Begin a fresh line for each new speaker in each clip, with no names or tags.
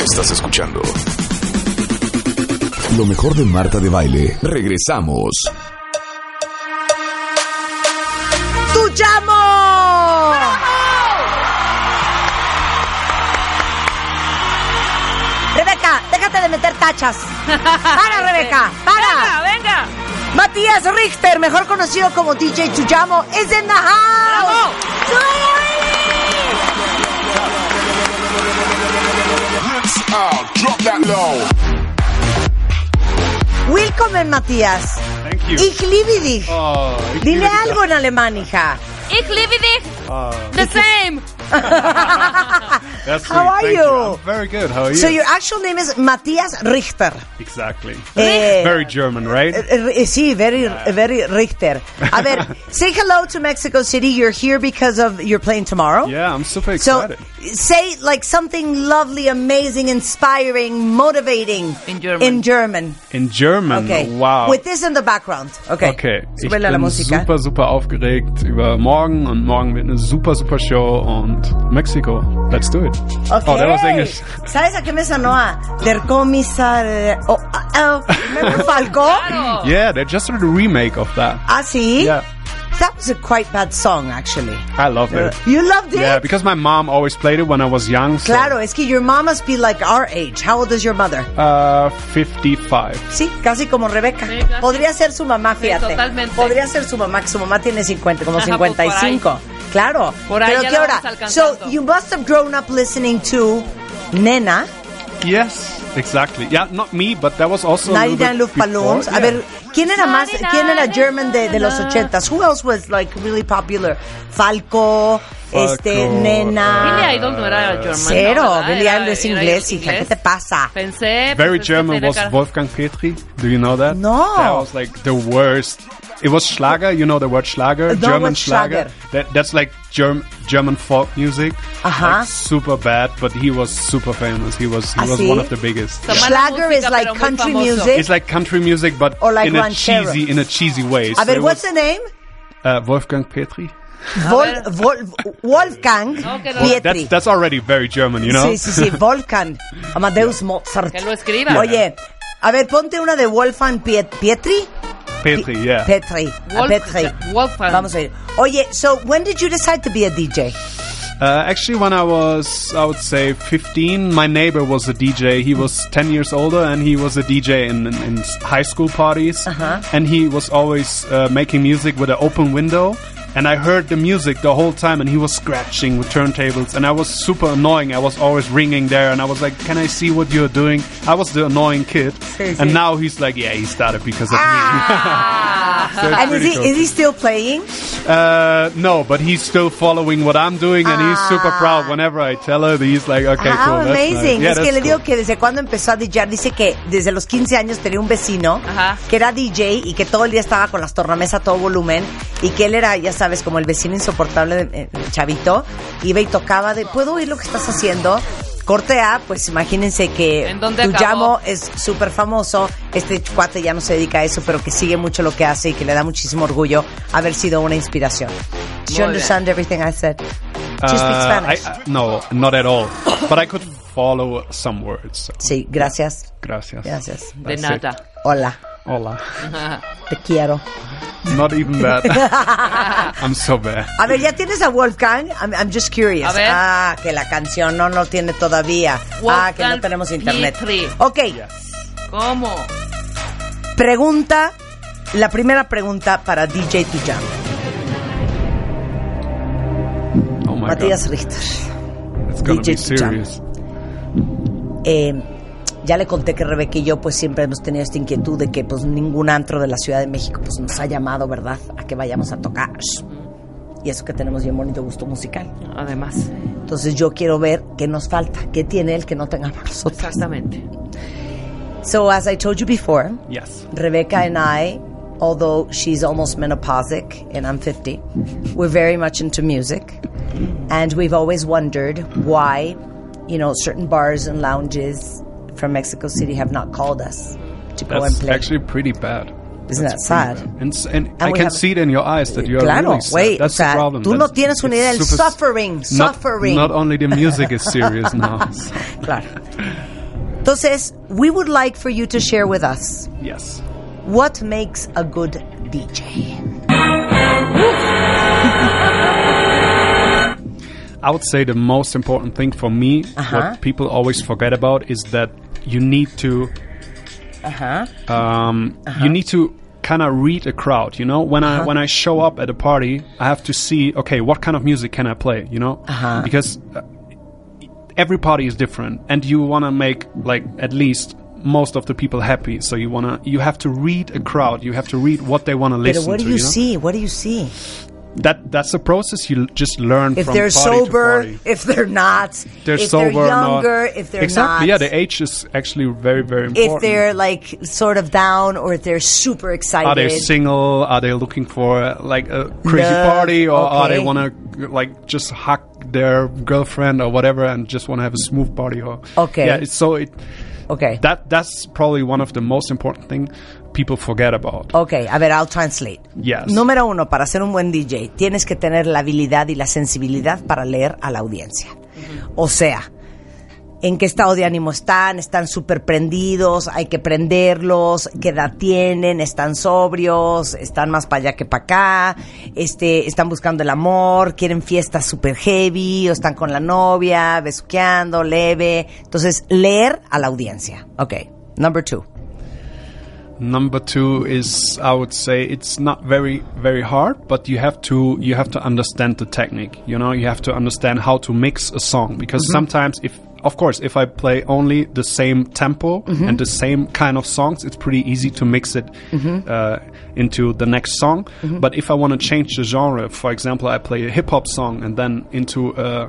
Estás escuchando lo mejor de Marta de Baile. Regresamos.
¡Tu llamo! Rebeca, déjate de meter tachas. Para, Rebeca, para.
Este, venga!
Matías Richter, mejor conocido como DJ Chuyamo, es en the house.
uh, drop that low.
Willkommen, Matías.
Thank you.
Ich liebe dich.
Oh, ich
Dile
liebe dich.
algo en alemán, hija.
Ich liebe dich
Oh,
the same.
that's
How are
sweet. Thank
you?
I'm very good. How are you?
So your actual name is Matías Richter.
exactly.
Eh,
very German, right?
Eh, eh, Sí, very,
Ah.
very Richter. A ver, say hello to Mexico City. You're here because of you're playing tomorrow.
yeah, I'm super
So
excited.
say like something lovely, amazing, inspiring, motivating
In German.
In German.
In German.
Okay.
Mm, Wow.
With this in the background. Okay.
Okay, ich
Súbele a la
bin
música.
super, super aufgeregt über morgen und morgen wird eine super, super Show und Mexiko. Let's do it. Oh, that was
Ok.
English.
¿Sabes a qué me sonó a Der Kommissar oh, ah, ah, Memo Falcó?
Yeah, they just did a remake of that.
Ah, sí.
Yeah,
That was a quite bad song, actually.
I loved it.
You loved it?
Yeah, because my mom always played it when I was young. So,
Claro, es que your mom must be like our age. How old is your mother?
Uh, 55.
Sí, casi como Rebeca.
Sí, casi.
Podría ser su mamá,
Sí,
fíjate.
totalmente.
Podría ser su mamá, que su mamá tiene 50, como
Ajá, pues,
55. Claro.
Por ahí
Pero
ya
¿qué
la
hora?
vamos alcanzando.
So, you must have grown up listening to Nena,
Yes, exactly. Yeah, not me, but that was also. a
99
little bit
Love Balloons.
before.
A ver, ¿quién era más, quién era
99
German de, de los 80s? Who else was like really popular? Falco, este,
Falco, eh,
Nena.
Billy Idol no era German.
Cero,
¿no? ¿verdad?
Billie
Era-
Idol es
era
inglés, hija, ¿qué te pasa?
Pensé.
Very
pues, es que
German
tiene
was
cara-
Wolfgang Petri. Do you know that?
No.
That was like the worst. It was Schlager. You know the word
No,
Schlager? German
what's Schlager?
That, that's like Germ, German folk music.
Aha.
Like super bad, but he was super famous. He was he
Ah,
was
sí?
one of the biggest.
Some- mala
Schlager is
música,
like
pero muy
country
famoso.
music.
It's like country music, but
Or like
in a
ranchero.
cheesy in a cheesy way.
A
So
ver,
it
what's the
was,
name?
uh, Wolfgang Petri.
Vol- Vol- Wolfgang
No, que no.
Pietri.
That's that's already very German, you know.
Sí, sí, sí, Volcan, Amadeus Mozart.
Que lo escriba.
Oye, a ver, ponte una de Wolfgang Piet- Pietri.
Petri, yeah.
Petri. a
Wolf-
Petri.
Wolfgang.
Vamos a ir. Oye, so when did you decide to be a DJ?
Uh, actually, when I was, I would say, 15, my neighbor was a DJ. He was 10 years older and he was a DJ in, in, in high school parties. And he was always uh, making music with an open window. And I heard the music the whole time and he was scratching with turntables. And I was super annoying. I was always ringing there and I was like, Can I see what you're doing? I was the annoying kid.
Sí, sí.
And now he's like, Yeah, he started because of
Ah!
Ah.
me. So it's
And is
pretty
he,
cool.
is he still playing?
Uh, no, but he's still following what I'm doing, and he's super
Ah.
proud. Whenever I tell her, he's like, "Okay,
How
cool, that's nice."
amazing.
Yeah,
es
that's
que le digo
cool.
que desde cuando empezó a DJar, dice que desde los 15 años tenía un vecino
Ajá.
que era DJ y que todo el día estaba con las tornamesas a todo volumen y que él era, ya sabes, como el vecino insoportable de- eh, el chavito, iba y tocaba de, ¿puedo oír lo que estás haciendo? Corte A, pues imagínense que
¿En dónde
tu
acabó?
llamo es súper famoso, este cuate ya no se dedica a eso, pero que sigue mucho lo que hace y que le da muchísimo orgullo haber sido una inspiración. Do you
Muy bien.
understand everything I said? Do you speak
Uh, I,
Spanish?
I- no, not at all. but I could follow some words. So.
sí, gracias.
Gracias.
Gracias.
De
That's it.
nada.
Hola.
Hola.
Te quiero.
Not even that. I'm so bad.
A ver, ¿ya tienes a Wolfgang? I'm, I'm just curious.
A ver.
Ah, que la canción no lo tiene todavía. ah, que no
Wolfgang
tenemos internet.
Petri.
Ok,
¿Cómo?
pregunta, la primera pregunta para DJ Tijam,
Oh my
Matías Richter.
god, it's gonna
DJ
be serious.
Eh, ya le conté que Rebeca y yo pues siempre hemos tenido esta inquietud de que pues ningún antro de la Ciudad de México pues nos ha llamado, ¿verdad? A que vayamos a tocar. Y eso que tenemos bien bonito gusto musical.
Además.
Entonces yo quiero ver qué nos falta, qué tiene él que no tengamos nosotros.
Exactamente.
So as I told you before,
Yes.
Rebecca and I, although she's almost menopausic and I'm 50, we're very much into music. And we've always wondered why, you know, certain bars and lounges from Mexico City have not called us to go and
That's
play.
actually pretty bad.
Isn't that
That's
sad?
pretty bad. And, s- and I
we
can
have-
see it in your eyes that you are
Claro,
really sad.
wait,
That's
o sea,
the problem.
tú no
That's-
tienes una idea del
it's super-
suffering,
not-
suffering.
Not only the music is serious now. so-
Claro. Entonces, we would like for you to share with us
yes.
what makes a good DJ.
I would say the most important thing for me,
Uh-huh.
what people always forget about, is that you need to
Uh-huh.
um, you need to kind of read a crowd you know when
Uh-huh.
i when i show up at a party i have to see okay what kind of music can i play you know uh-huh. because uh, every party is different and you want to make like at least most of the people happy so you want to you have to read a crowd you have to read what they want to
Pero
listen
what do
to
you
know?
see? What do you see?
that that's a process you l- just learn
If
from
they're
party to
sober,
party.
if they're not,
they're
if
sober
they're
or not.
younger, if they're
exactly yeah
not.
the age is actually very very important
if they're like sort of down or if they're super excited.
are they single? Are they looking for uh, like a crazy
No,
party, or are they
okay.
want to like just hack their girlfriend or whatever, and just want to have a smooth party? Or
Okay.
yeah. It's, so it
okay.
that that's probably one of the most important thing people forget about.
Ok, a ver, I'll translate.
Yes.
Número uno, para ser un buen DJ, tienes que tener la habilidad y la sensibilidad para leer a la audiencia. O sea, en qué estado de ánimo están, están súper prendidos, hay que prenderlos, qué edad tienen, están sobrios, están más para allá que para acá, este, están buscando el amor, quieren fiestas súper heavy, o están con la novia, besuqueando, leve. Entonces, leer a la audiencia. Ok, number two.
Number two is I would say it's not very very hard, but you have to you have to understand the technique. You know, you have to understand how to mix a song because sometimes if of course if I play only the same tempo and the same kind of songs, it's pretty easy to mix it uh, into the next song. But if I want to change the genre, for example, I play a hip hop song and then into a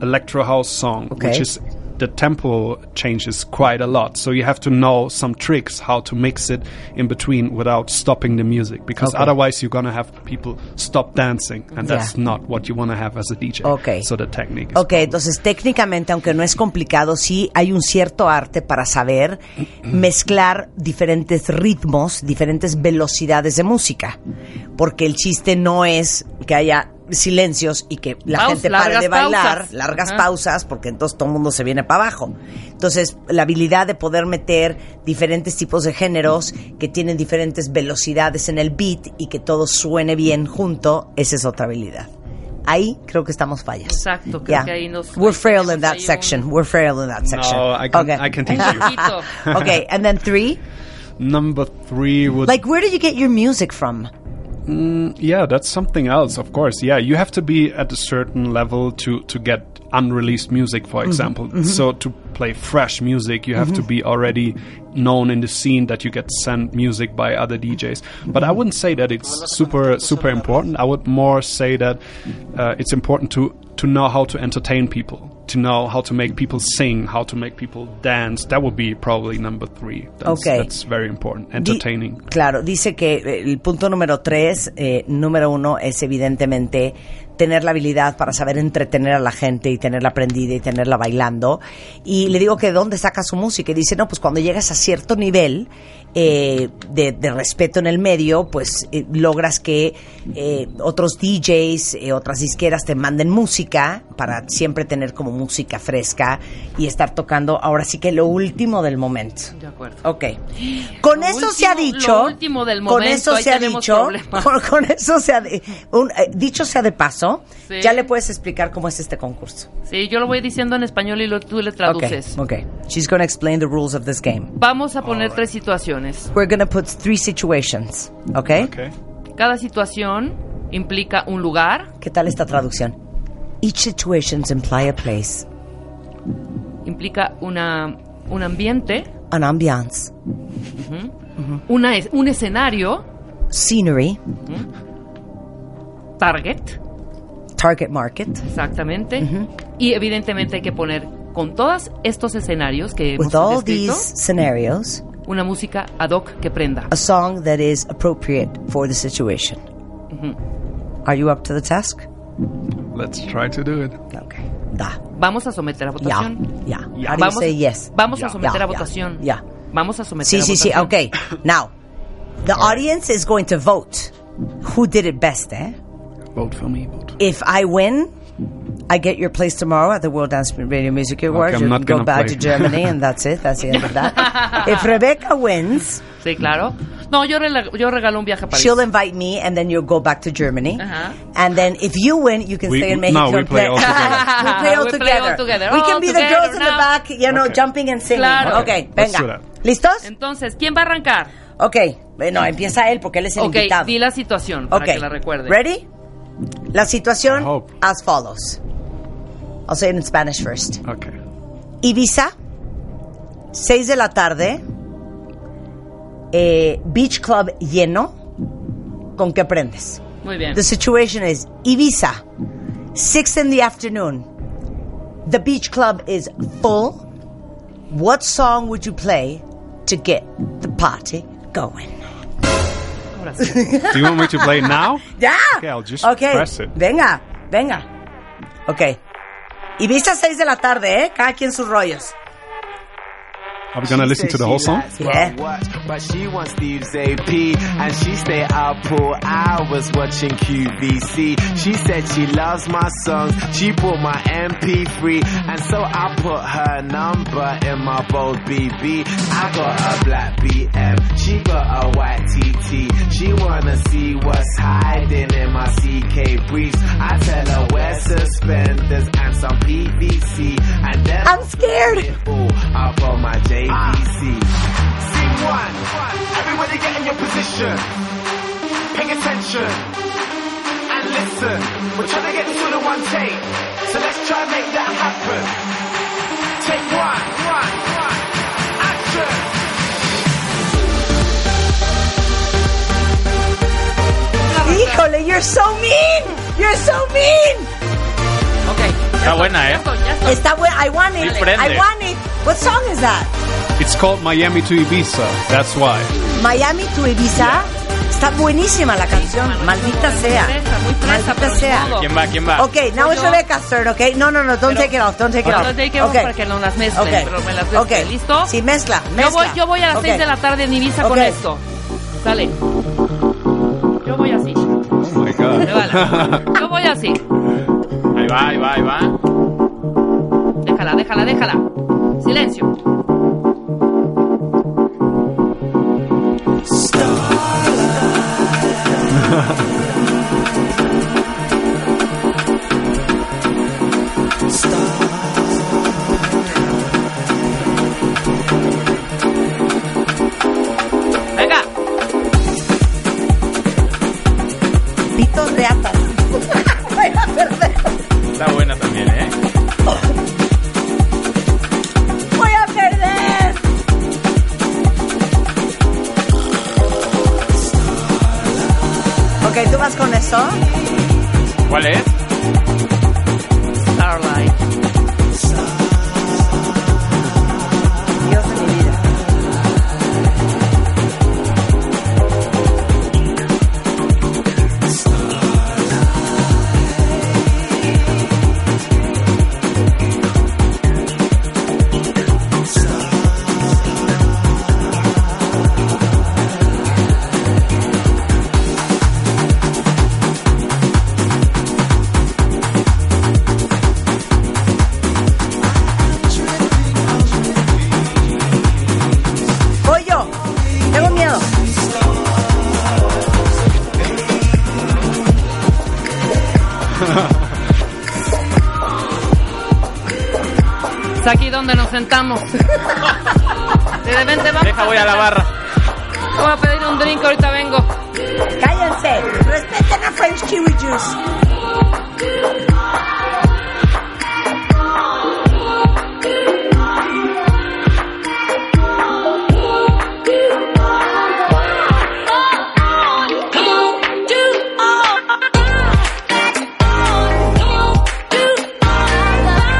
electro house song,
Okay.
which is the tempo changes quite a lot so you have to know some tricks how to mix it in between without stopping the music because otherwise you're gonna have people stop dancing and that's
Yeah.
not what you want to have as a dj
Okay.
so the technique is
Ok, entonces técnicamente, aunque no es complicado, sí hay un cierto arte para saber mezclar diferentes ritmos, diferentes velocidades de música. Porque el chiste no es que haya silencios y que la
Paus-
gente pare
largas
de bailar,
pausas.
largas
Ajá.
pausas, porque entonces todo el mundo se viene para abajo. Entonces, la habilidad de poder meter diferentes tipos de géneros que tienen diferentes velocidades en el beat y que todo suene bien junto, esa es otra habilidad. Ahí creo que estamos fallas.
Exacto, creo que ahí nos-
We're
ahí
frail in
tenemos
that
ahí
section.
un-
We're frail in that section.
no i can, I can teach you
Poquito.
okay, and then three.
number three would
Like, where did you get your music from?
yeah that's something else of course yeah you have to be at a certain level to to get unreleased music for example so to play fresh music you have to be already known in the scene that you get sent music by other djs but i wouldn't say that it's super super important i would more say that uh, it's important to to know how to entertain people to know how to make people sing how to make people dance that would be probably number three that's,
Okay.
that's very important
Di-
entertaining
claro, dice que eh, el punto número tres, eh, número uno, es evidentemente tener la habilidad para saber entretener a la gente y tenerla aprendida y tenerla bailando. Y le digo que de dónde saca su música. Y dice, no, pues cuando llegas a cierto nivel eh, de, de respeto en el medio, pues eh, logras que eh, otros DJs, eh, otras disqueras te manden música para siempre tener como música fresca y estar tocando ahora sí que lo último del momento.
De acuerdo.
Ok. Con
Lo
eso se ha
último-
dicho.
lo último del
Con
momento,
eso
ahí
se ha
tenemos
dicho.
problemas.
Con, con eso se ha. di- un- eh, dicho sea de paso,
Sí.
ya le puedes explicar cómo es este concurso.
Sí, yo lo voy diciendo en español y lo- tú le
Ok.
traduces.
Ok. She's going to explain the rules of this game.
Vamos a poner tres situaciones.
We're going to put three situations. Ok.
okay
Cada situación implica un lugar,
¿Qué tal esta traducción? Each situation imply a place,
implica una, un ambiente,
an ambiance,
una es- un escenario,
scenery,
target,
target market,
exactamente, Y evidentemente hay que poner con todos estos escenarios que hemos
With all
descrito,
these scenarios,
una música ad hoc que prenda.
a song that is appropriate for the situation. Are you up to the task?
Let's try to do it.
Okay. Da.
Vamos a someter a
Ya.
votación.
Ya. How do you
Vamos,
say yes?
vamos
Ya.
a someter
Ya,
a votación.
Ya. ya.
Vamos a someter
Sí,
a
sí, sí.
votación.
Okay. Now, the audience is going to vote who did it best, eh?
Vote for me. Vote.
If I win, I get your place tomorrow at the World Dance Radio Music Awards.
I'm
you
not
can go
gonna
back
play.
to Germany, and that's it. That's the end of that. if Rebecca wins,
Sí, claro. No, yo, rela- yo regalo un viaje a París.
she'll invite me, and then you'll go back to Germany.
Uh-huh.
And then if you win, you can
We-
stay in
no,
Mexico.
we
and
play all together.
we play all
We play
together.
all together.
We
All
can be the
together
girls in the
now.
back, you know,
Okay.
jumping and singing.
Claro.
Okay,
Let's
venga.
do that.
¿Listos?
Entonces, ¿quién va a arrancar?
Ok, bueno, empieza él porque él es el
ok,
invitado.
di la situación para
Okay.
que la recuerde.
Ready? La
I
situación
hope.
as follows. I'll say it in Spanish first.
Okay.
Ibiza, 6 de la tarde, eh, beach club lleno, ¿con qué prendes?
Muy bien.
The situation is Ibiza, 6 in the afternoon. The beach club is full. What song would you play to get the party going?
Ahora sí.
Do you want me to play now?
Yeah.
Okay, I'll just
Okay,
press it.
Venga, venga. Ok. Ibiza 6 de la tarde, ¿eh? Cada quien sus rollos.
Are we gonna listen to the whole song?
Yeah.
But she wants Steve's AP and she stay up for hours watching QVC. She said she loves my songs. She bought my MP3 and so I put her number in my bold BB. I got a black BM. She got a white TT. She wanna see what's hiding in my CK briefs. I tell her wear suspenders and some PVC and then
I'm scared.
Ooh, up on my JVC. Sing one. Everybody get in your position. Pay attention. And listen. We're trying to get this all in one take. So let's try and make that happen. Take one, one, one. Action.
Híjole, you're so mean. You're so mean.
Ok.
Está buena,
Ya
¿eh?
estoy, ya estoy.
Está bueno. I want it.
Sí, prende.
I want it. What song is that?
It's called Miami to Ibiza. That's why.
Miami to Ibiza. Está buenísima la canción.
Buenísima,
Maldita
muy
sea.
fresa, muy fresa,
Maldita
pero ni
sea.
modo.
¿Quién va? ¿Quién va?
Okay, now
Soy
it's
yo.
Rebecca's turn, okay? No, no, no, don't
Pero-
take it off, don't take it off.
Los de ahí que vamos
Okay.
para que no las mezclen,
Okay.
pero me las mezclen.
Okay.
¿Listo?
Sí, mezcla, mezcla.
Yo voy, yo voy a las
Ok.
6 de la tarde en Ibiza
Ok.
con esto. Sale. Yo voy así.
Oh my
Me vale.
god.
Yo voy así.
Ahí va, ahí va, ahí va.
Déjala, déjala, déjala. Silencio. Venga.
Pitos de atas. Voy a perder,
Está buena también, ¿eh?
voy a perder. Ok, ¿tú vas con eso?
¿Cuál es?
Starlight.
Dios de mi vida. Voy yo. Tengo miedo.
Es aquí donde nos sentamos. De repente vamos.
Deja, voy a la barra.
Voy a pedir un drink, ahorita vengo.
Cállense. Respeten a French Kiwi Juice.
Come on, do all. Come on, do all.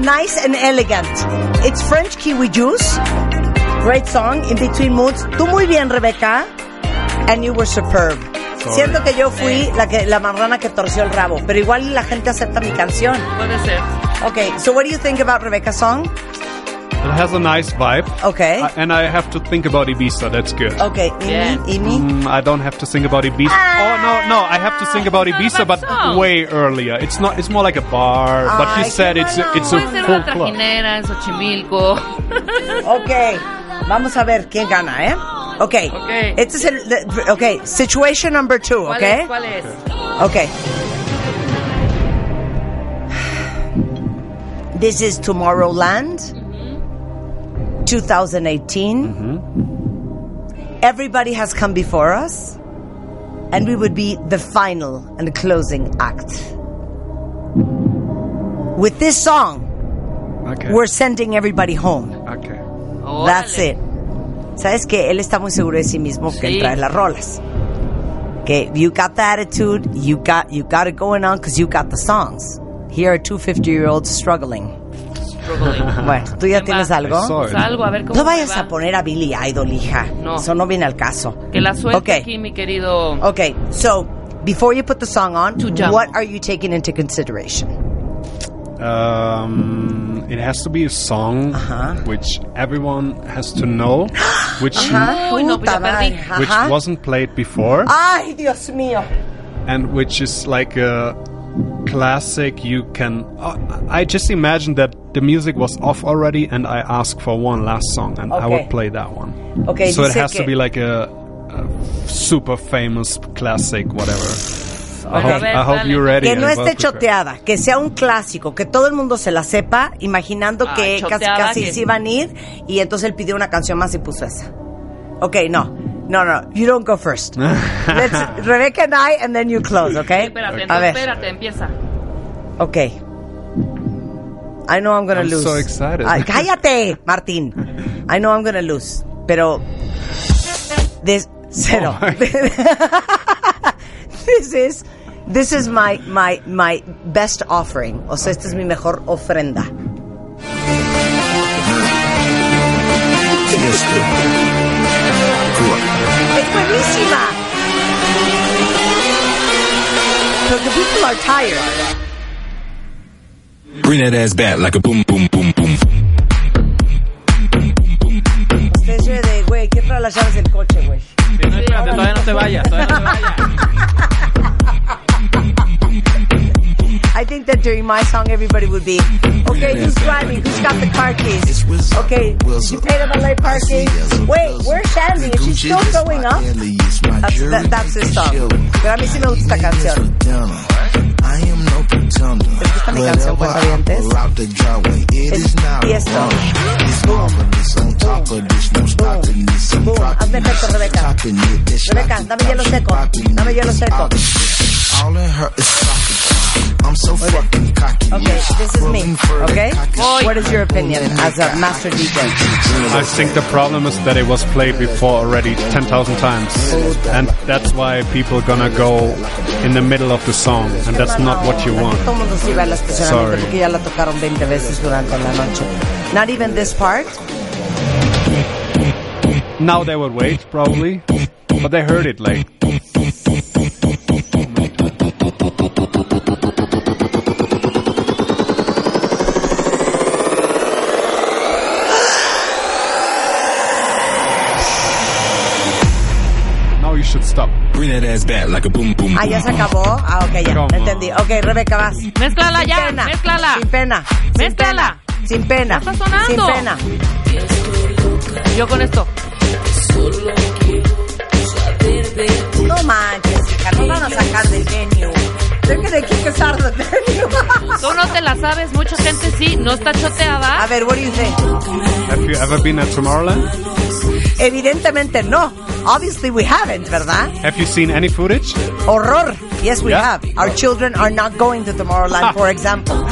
Nice and elegant. It's French Kiwi Juice. Great song, In Between Moods. Tú muy bien, Rebeca. And you were superb. Siento que yo fui la, que, la marrana que torció el rabo, pero igual la gente acepta mi canción.
Puede ser.
Okay, so what do you think about Rebecca's song?
It has a nice vibe.
Okay.
I- and I have to think about Ibiza. That's good.
Okay, Imi, Imi.
Mm, I don't have to think about Ibiza. oh no, no, I have to think about
it's not a
Ibiza,
bad
but
song.
way earlier. It's not. It's more like a bar. but
Ay,
you
qué
said it's a, it's a
Puede ser
full
una
club.
trajinera en Xochimilco.
Okay, vamos a ver quién gana, ¿eh? Okay.
Okay.
Este es el. de- Okay, situation number two,
¿Cuál
okay?
es? ¿Cuál es?
Okay. This is Tomorrowland, 2018. Everybody has come before us, and we would be the final and closing act. With this song,
Okay.
we're sending everybody home.
okay.
Órale.
That's it. Sabes que él está muy seguro de sí mismo que
Sí.
él trae las rolas. Que you got the attitude, you got you got it going on because you got the songs. Here are two 50 year olds struggling. Bueno, ¿tú ya
¿Quién
tienes
va?
algo?
Eso. Sorry.
Salgo Pues a ver cómo
No
me
vayas
va.
a poner a Billy Idol, hija.
No.
Eso no viene al caso.
Que la suelte
Okay.
aquí, mi querido.
Okay, so before you put the song on,
Chucha.
what are you taking into consideration?
Um, it has to be a song which everyone has to know, which
Uy, no, pues ya
Puta madre,
perdí.
which
ajá.
wasn't played before,
Ay, Dios mío.
and which is like a classic. You can. Uh, I just imagined that the music was off already, and I asked for one last song, and I
Okay.
would play that one.
Okay,
so it
dice
has
que-
to be like a, a super famous classic, whatever. I hope,
ver,
I hope
dale.
you're ready.
Que
and
no
well
esté
prepared.
choteada, que sea un clásico, que todo el mundo se la sepa, imaginando
Ah,
que casi
choteada
casi
que-
se iban a ir, y entonces él pidió una canción más y puso esa. Ok, no. No, no, you don't go first. Let's, Rebecca and I, and then you close, okay?
Espérate,
a
entonces,
ver,
espérate, empieza.
okay. I know I'm gonna
I'm
lose.
so excited.
Ay, cállate, Martín. I know I'm gonna lose, pero this cero.
Oh my
this is this is my my my best offering. O sea, esta es mi mejor ofrenda. Es buenísima. So the people are tired.
Bring that ass back like a boom, boom, boom, boom.
Ustedes yo de, güey, ¿qué trae las llaves del coche, güey?
Sí, no, espérate, todavía no te vayas, todavía no te vayas.
I think that during my song, everybody would be, okay, who's driving? Who's got the car keys? Okay, you pay the valet parking. Wait, where's Sandy? Is she still going up? That's, that, that's his song. Pero a mí sí me gusta esta canción. ¿Les gusta mi canción, cuentavientes? Y esto. Boom, hazme efecto, Rebeca. Rebeca, dame hielo seco. Dame hielo seco. Okay, this is me. Okay? What is your opinion as a master DJ?
I think the problem is that it was played before already 10,000 times. And that's why people gonna go in the middle of the song. And that's not what you want.
Aquí Todo el mundo se iba al estacionamiento
Sorry.
porque ya la tocaron 20 veces durante la noche. Not even this part.
Now they would wait, probably. But they heard it like. Now you should stop.
Bring that ass back like a boom, boom,
Ah, ya se acabó. Ah, ok, ya.
Come on.
Entendí. Ok, Rebeca, vas.
Mézclala
Sin
ya,
pena,
mézclala.
Sin pena.
Mézclala.
Sin pena.
Ya está sonando.
Sin pena.
Yo con esto.
No manches, hija, no van a sacar del venue. They're gonna kick us out of the venue.
Tú no te la sabes, mucha gente sí, no está
a
choteada.
ver, what do you think?
Have you ever been at Tomorrowland?
Evidentemente no. Obviously we haven't, ¿verdad?
Have you seen any footage?
Horror. Yes, we
Yeah.
have. Our children are not going to Tomorrowland, for example.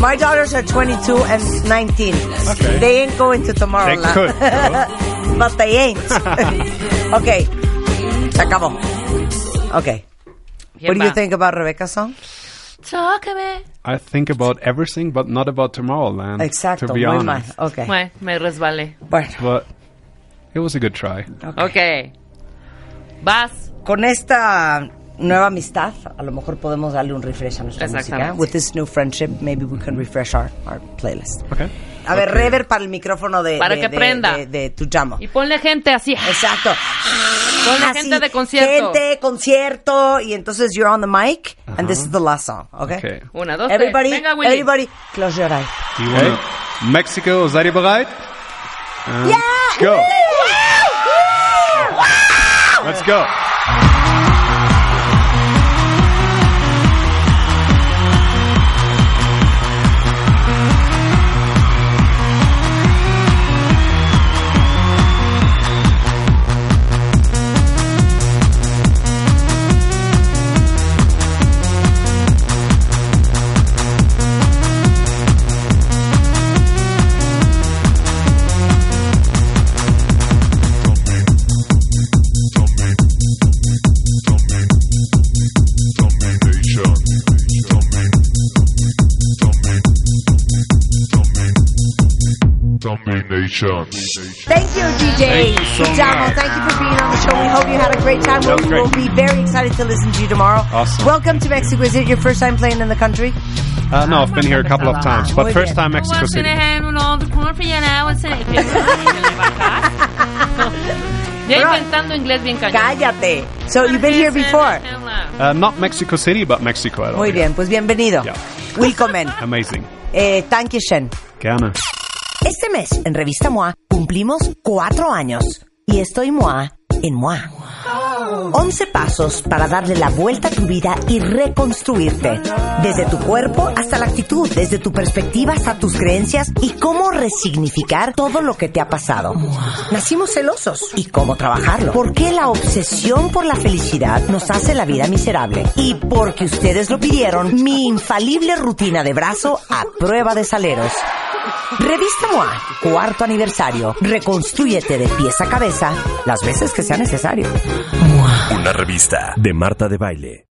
My daughters are 22 and 19.
Okay.
They ain't going to
They
Tomorrowland.
could. though.
but they ain't. okay. Se acabó. Okay.
Bien,
What do you
va.
think about Rebecca's song?
Talk a bit.
I think about everything, but not about Tomorrowland.
Exacto,
to be
muy mal.
honest.
Ok.
Bueno, me resbalé.
Bueno,
But it was a good try.
Ok. Vas.
con esta nueva amistad, a lo mejor podemos darle un refresh a nuestra música.
Exactamente.
With this new friendship, maybe we can refresh our, our playlist.
Okay.
A ver,
Okay.
rever para el micrófono de,
Para
de-
que
de-
prenda.
de- de tu llamo.
Y ponle gente así.
Exacto.
Ponle
Así,
gente de concierto.
Gente, concierto. Y entonces you're on the mic. And this is the last song. Okay.
Okay.
Una, dos, tres.
Everybody,
Venga, Willy.
everybody, close your eyes.
Do you wanna- Mexico, seid ihr bereit? And Go. Let's go.
Domination.
Thank you, DJ.
Thank you so
Chamo,
much.
thank you for being on the show. We hope you had a great time.
That was
we
great.
will be very excited to listen to you tomorrow.
Awesome.
Welcome to Mexico. Is it your first time playing in the country?
Uh, no, I've been here a couple of times,
Muy
but first
bien.
time
I
Mexico
was in
City.
a hand on all the cornfield and I was in- Ya inventando inglés bien cañón.
Cállate. So you've been here before.
Uh, not Mexico City, but Mexico at all.
Muy
yeah.
bien, pues bienvenido.
Yeah.
Willkommen.
Amazing.
Eh, thank you, Shen.
Gerne.
Este mes, en Revista MOA, cumplimos cuatro años. Y estoy MOA en MOA. 11 pasos para darle la vuelta a tu vida y reconstruirte. Desde tu cuerpo hasta la actitud, desde tu perspectiva hasta tus creencias y cómo resignificar todo lo que te ha pasado. Nacimos celosos y cómo trabajarlo. ¿Por qué la obsesión por la felicidad nos hace la vida miserable? Y porque ustedes lo pidieron, mi infalible rutina de brazo a prueba de saleros. Revista MOA, cuarto aniversario. Reconstrúyete de pies a cabeza las veces que sea necesario.
Una revista de Marta de Baile.